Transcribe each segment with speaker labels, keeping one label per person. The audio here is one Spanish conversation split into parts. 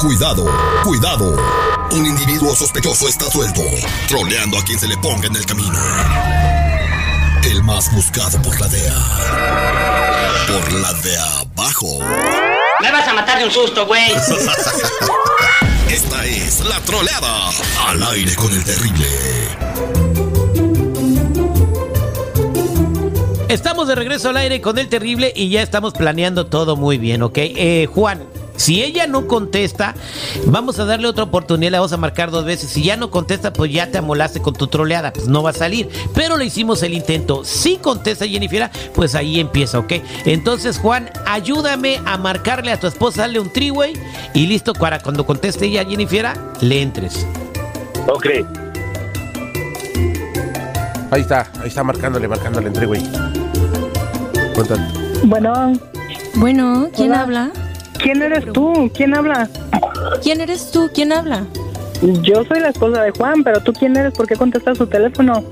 Speaker 1: Cuidado, cuidado. Un individuo sospechoso está suelto, troleando a quien se le ponga en el camino. El más buscado por la DEA. Por la de abajo.
Speaker 2: Me vas a matar de un susto, güey.
Speaker 1: Esta es la troleada. Al aire con el terrible.
Speaker 3: Estamos de regreso al aire con el terrible y ya estamos planeando todo muy bien, ¿ok? Eh, Juan, si ella no contesta, vamos a darle otra oportunidad, la vamos a marcar dos veces. Si ya no contesta, pues ya te amolaste con tu troleada, pues no va a salir. Pero le hicimos el intento. Si contesta Jennifer, pues ahí empieza, ¿ok? Entonces, Juan, ayúdame a marcarle a tu esposa, dale un triway y listo para cuando conteste ella Jennifer, le entres.
Speaker 4: Ok.
Speaker 5: Ahí está, ahí está marcándole, marcándole entre, güey. Cuéntale.
Speaker 6: Bueno,
Speaker 7: Bueno, ¿quién
Speaker 6: Hola.
Speaker 7: habla?
Speaker 6: ¿quién eres tú? ¿Quién habla?
Speaker 7: ¿Quién eres tú? ¿Quién habla?
Speaker 6: Yo soy la esposa de Juan, pero tú quién eres? ¿Por qué contestas su teléfono?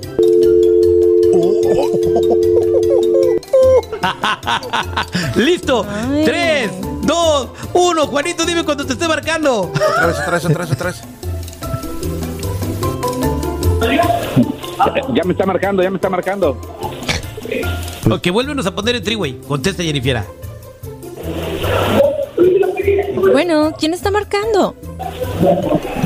Speaker 3: ¡Listo!
Speaker 7: Ay.
Speaker 3: ¡Tres, dos, uno! Juanito, dime cuando te esté marcando.
Speaker 5: Otra vez, otra vez, otra vez, otra vez.
Speaker 4: Ya me está marcando, ya me está marcando.
Speaker 5: Pues-
Speaker 3: Ok, vuélvenos a poner en triway. Contesta Jennifer.
Speaker 7: Bueno, ¿quién está marcando?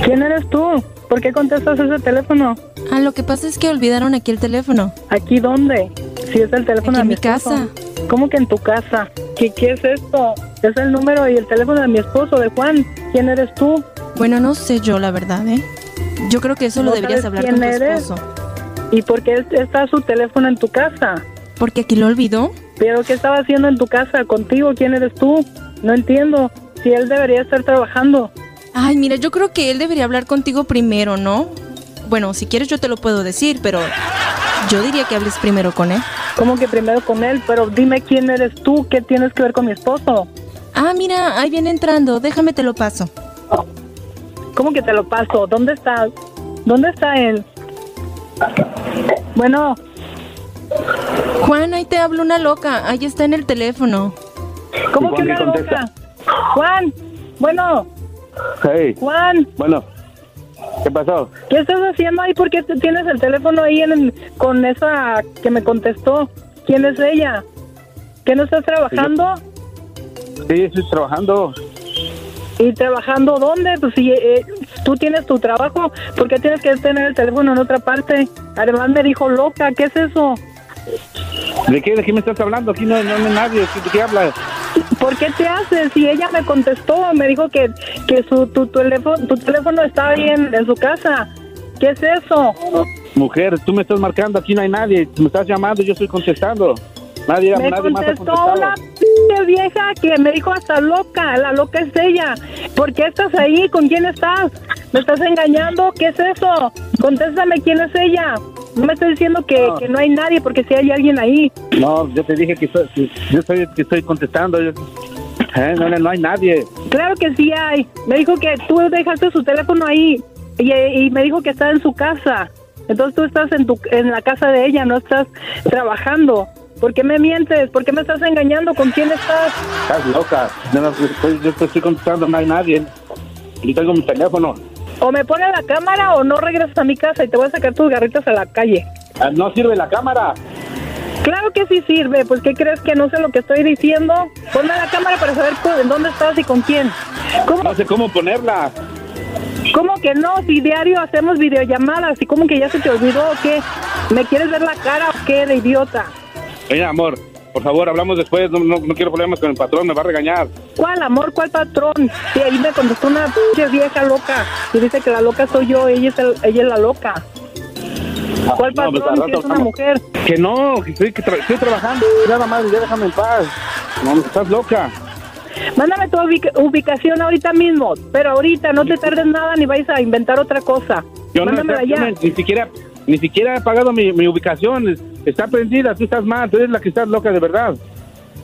Speaker 6: ¿Quién eres tú? ¿Por qué contestas ese teléfono?
Speaker 7: Ah, lo que pasa es que olvidaron aquí el teléfono.
Speaker 6: ¿Aquí dónde? Si es el teléfono
Speaker 7: Aquí
Speaker 6: de
Speaker 7: en mi
Speaker 6: esposo.
Speaker 7: casa.
Speaker 6: ¿Cómo que en tu casa? ¿Qué, ¿Qué es esto? Es el número y el teléfono de mi esposo, de Juan. ¿Quién eres tú?
Speaker 7: Bueno, no sé yo la verdad, ¿eh? Yo creo que eso lo
Speaker 6: ¿No
Speaker 7: deberías
Speaker 6: sabes
Speaker 7: hablar
Speaker 6: quién
Speaker 7: con tu
Speaker 6: eres?
Speaker 7: esposo.
Speaker 6: ¿Y por qué es- está su teléfono en tu casa?
Speaker 7: Porque aquí lo olvidó.
Speaker 6: ¿Pero qué estaba haciendo en tu casa contigo? ¿Quién eres tú? No entiendo. Si él debería estar trabajando.
Speaker 7: Ay, mira, yo creo que él debería hablar contigo primero, ¿no? Bueno, si quieres yo te lo puedo decir, pero yo diría que hables primero con él.
Speaker 6: ¿Cómo que primero con él? Pero dime quién eres tú, qué tienes que ver con mi esposo.
Speaker 7: Ah, mira, ahí viene entrando, déjame te lo paso.
Speaker 6: ¿Cómo que te lo paso? ¿Dónde está? ¿Dónde está él? Bueno,
Speaker 7: Juan, ahí te habla una loca, ahí está en el teléfono.
Speaker 6: ¿cómo
Speaker 4: ¿Y
Speaker 6: que
Speaker 4: Juan
Speaker 6: una
Speaker 4: qué contesta?
Speaker 6: loca? Juan, bueno,
Speaker 4: Hey,
Speaker 6: Juan,
Speaker 4: bueno. ¿Qué pasó?
Speaker 6: ¿qué estás haciendo ahí? ¿Por qué te- tienes el teléfono ahí en- con esa que me contestó? ¿Quién es ella? ¿Que no estás trabajando?
Speaker 4: Sí, estoy trabajando.
Speaker 6: ¿Y trabajando dónde? Pues si eh, tú tienes tu trabajo, ¿por qué tienes que tener el teléfono en otra parte? Además me dijo loca, ¿qué es eso?
Speaker 4: ¿De qué, de qué me estás hablando? Aquí no, no hay nadie. ¿De qué hablas?
Speaker 6: ¿Por qué te haces? Si ella me contestó, me dijo que, que su, tu, tu teléfono, tu teléfono está ahí en, en su casa. ¿Qué es eso?
Speaker 4: Mujer, tú me estás marcando, aquí no hay nadie. Me estás llamando, yo estoy contestando. Nadie,
Speaker 6: me
Speaker 4: nadie más ha
Speaker 6: contestó
Speaker 4: contestado.
Speaker 6: una p- vieja que me dijo hasta loca, la loca es ella. ¿Por qué estás ahí? ¿Con quién estás? ¿Me estás engañando? ¿Qué es eso? Contéstame quién es ella. No me estás diciendo que,
Speaker 4: No.
Speaker 6: que no hay nadie porque si hay alguien ahí.
Speaker 4: No, yo te dije que, soy- que- yo soy, que estoy contestando. yo- Eh, no, no, no hay nadie.
Speaker 6: Claro que sí hay. Me dijo que tú dejaste su teléfono ahí y, y me dijo que está en su casa. Entonces tú estás en, tu, en la casa de ella, no estás trabajando. ¿Por qué me mientes? ¿Por qué me estás engañando? ¿Con quién estás?
Speaker 4: Estás loca. No, no, estoy- yo te estoy contestando, no hay nadie. Yo tengo mi teléfono.
Speaker 6: O me pones la cámara o no regresas a mi casa y te voy a sacar tus garritas a la calle.
Speaker 4: Ah, No sirve la cámara.
Speaker 6: Claro que sí sirve, pues ¿qué crees que no sé lo que estoy diciendo? Ponme la cámara para saber cu- en dónde estás y con quién. ¿Cómo,
Speaker 4: No sé cómo ponerla.
Speaker 6: ¿Cómo que no? Si diario hacemos videollamadas y como que ya se te olvidó o qué. ¿Me quieres ver la cara o qué de idiota?
Speaker 4: Mira, amor, por favor, hablamos después. No, no, no quiero problemas con el patrón, me va a regañar.
Speaker 6: ¿Cuál amor? ¿Cuál patrón? Y ahí me contestó una pinche vieja loca. Y dice que la loca soy yo, ella es, el- ella es la loca. ¿Cuál
Speaker 4: No, pues, al
Speaker 6: patrón?
Speaker 4: rato
Speaker 6: Si es una
Speaker 4: hablamos.
Speaker 6: mujer.
Speaker 4: Que no, que estoy, que tra- estoy trabajando. Nada más, ya déjame en paz. No, estás loca.
Speaker 6: Mándame tu ubica- ubicación ahorita mismo. Pero ahorita, no te tardes nada ni vais a inventar otra cosa.
Speaker 4: Yo no,
Speaker 6: Mándamela
Speaker 4: yo
Speaker 6: ya.
Speaker 4: no- ni siquiera ni siquiera he pagado mi, mi ubicación. Es- Está prendida, tú estás mal, tú eres la que estás loca de verdad.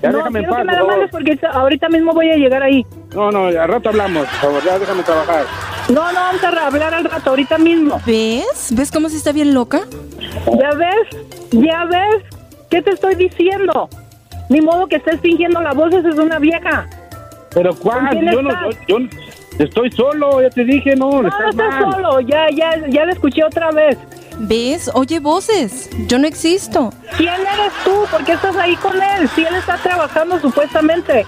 Speaker 4: Ya
Speaker 6: no,
Speaker 4: déjame en
Speaker 6: quiero
Speaker 4: paz,
Speaker 6: que me
Speaker 4: por
Speaker 6: la
Speaker 4: favor.
Speaker 6: mandes porque ahorita mismo voy a llegar ahí.
Speaker 4: No, no, al rato hablamos, por favor, ya déjame trabajar.
Speaker 6: No, no, vamos a hablar al rato, ahorita mismo.
Speaker 7: ¿Ves? ¿Ves cómo se está bien loca?
Speaker 6: ¿Ya ves? ¿Ya ves? ¿Qué te estoy diciendo? Ni modo que estés fingiendo la voz, esa es una vieja.
Speaker 4: Pero ¿cuál?
Speaker 6: quién
Speaker 4: Yo no,
Speaker 6: estás?
Speaker 4: yo, yo- Estoy solo, ya te dije, no.
Speaker 6: No, no
Speaker 4: estás
Speaker 6: estás
Speaker 4: mal.
Speaker 6: solo, ya, ya, ya la escuché otra vez.
Speaker 7: ¿Ves? Oye voces. Yo no existo.
Speaker 6: ¿Quién eres tú? ¿Por qué estás ahí con él? Si él está trabajando supuestamente.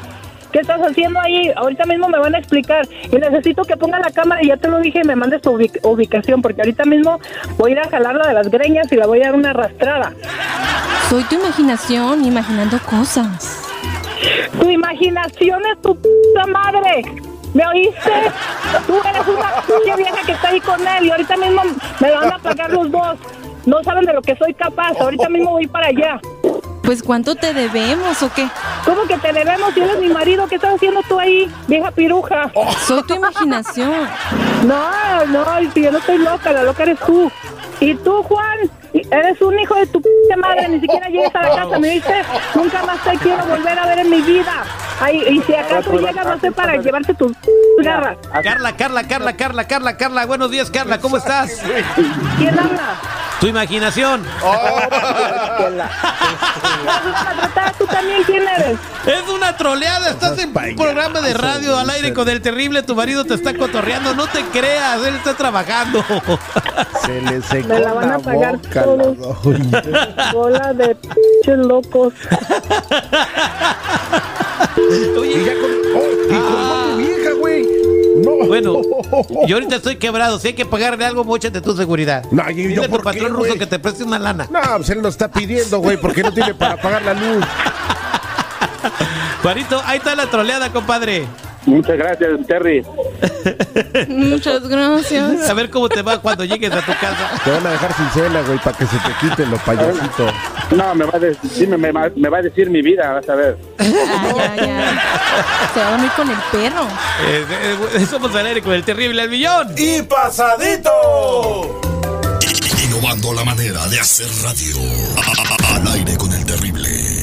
Speaker 6: ¿Qué estás haciendo ahí? Ahorita mismo me van a explicar. Y necesito que ponga la cámara, ya te lo dije, y me mandes tu ubic- ubicación, porque ahorita mismo voy a ir a jalarla de las greñas y la voy a dar una arrastrada.
Speaker 7: Soy tu imaginación imaginando cosas.
Speaker 6: Tu imaginación es tu puta madre. ¿Me oíste? Tú eres una pinche vieja que está ahí con él y ahorita mismo me la van a pagar los dos. No saben de lo que soy capaz. Ahorita mismo voy para allá.
Speaker 7: Pues ¿cuánto te debemos o qué?
Speaker 6: ¿Cómo que te debemos? Si eres mi marido, ¿qué estás haciendo tú ahí, vieja piruja?
Speaker 7: Soy tu imaginación.
Speaker 6: No, no, si yo no estoy loca, la loca eres tú. Y tú, Juan, eres un hijo de tu p madre, ni siquiera llegues a la casa, ¿me viste? Nunca más te quiero volver a ver en mi vida. Ay, y si acaso llegas, no sé, para llevarte tus p garras.
Speaker 3: Carla, Carla, Carla, Carla, Carla, Carla. Buenos días, Carla. ¿Cómo estás?
Speaker 6: ¿Quién habla?
Speaker 3: Tu imaginación.
Speaker 6: Maltratada, ¿Tú también quién eres?
Speaker 3: Es una troleada. Estás en un programa de radio al aire con el terrible. Tu marido te está cotorreando. No te creas. Él está trabajando.
Speaker 5: Se le secó
Speaker 6: Me la van a pagar todos. Bola de p locos.
Speaker 5: Y
Speaker 3: Oye,
Speaker 5: ya con. ¡Oh! Y con tu vieja, güey. No.
Speaker 3: Ah. bueno, yo ahorita estoy quebrado. Si hay que pagarle algo, mochate tu seguridad.
Speaker 5: No, ¿y yo
Speaker 3: Dile a tu
Speaker 5: por qué,
Speaker 3: patrón ruso
Speaker 5: güey?
Speaker 3: que te preste una lana.
Speaker 5: No, pues él nos está pidiendo, güey, porque no tiene para pagar la luz.
Speaker 3: Juanito, ahí está la troleada, compadre.
Speaker 4: Muchas gracias, Terry.
Speaker 7: Muchas gracias.
Speaker 3: A ver cómo te va cuando llegues a tu casa.
Speaker 5: Te van a dejar sin cena, güey, para que se te quite lo payasito.
Speaker 4: No, me va a decir, sí, me, me va- me va a decir mi vida, vas a ver.
Speaker 7: Ay, ay, ay. Se va a dormir con el perro.
Speaker 3: Eh, eh, eh, somos al aire con el terrible al millón.
Speaker 8: Y pasadito.
Speaker 1: Innovando la manera de hacer radio. Al aire con el terrible.